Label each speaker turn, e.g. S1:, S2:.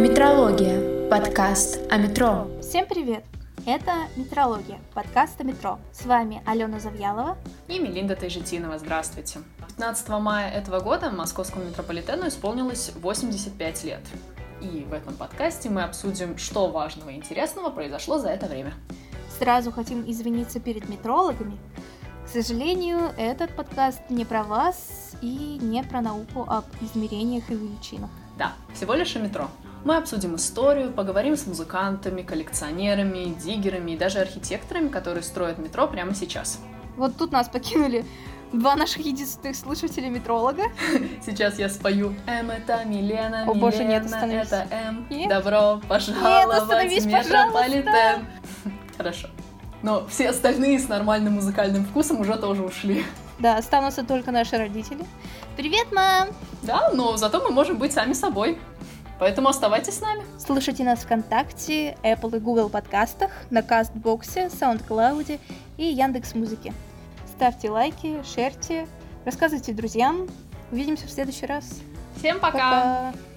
S1: Метрология. Подкаст о метро.
S2: Всем привет! Это «Метрология» — подкаст о метро. С вами Алена Завьялова.
S3: И Мелинда Тайжетинова, здравствуйте. 15 мая этого года московскому метрополитену исполнилось 85 лет. И в этом подкасте мы обсудим, что важного и интересного произошло за это время.
S2: Сразу хотим извиниться перед метрологами. К сожалению, этот подкаст не про вас и не про науку а об измерениях и величинах.
S3: Да, всего лишь о метро. Мы обсудим историю, поговорим с музыкантами, коллекционерами, диггерами и даже архитекторами, которые строят метро прямо сейчас.
S2: Вот тут нас покинули два наших единственных слушателя метролога.
S3: Сейчас я спою «М это Милена,
S2: О, боже, нет,
S3: Милена,
S2: остановись.
S3: это М,
S2: Нет.
S3: добро пожаловать
S2: остановись,
S3: в метрополитен».
S2: пожалуйста.
S3: Хорошо. Но все остальные с нормальным музыкальным вкусом уже тоже ушли.
S2: Да, останутся только наши родители. Привет, мам!
S3: Да, но зато мы можем быть сами собой. Поэтому оставайтесь с нами.
S2: Слушайте нас ВКонтакте, Apple и Google подкастах, на Кастбоксе, Саундклауде и Яндекс.Музыке. Ставьте лайки, шерьте, рассказывайте друзьям. Увидимся в следующий раз.
S3: Всем пока.
S2: Пока!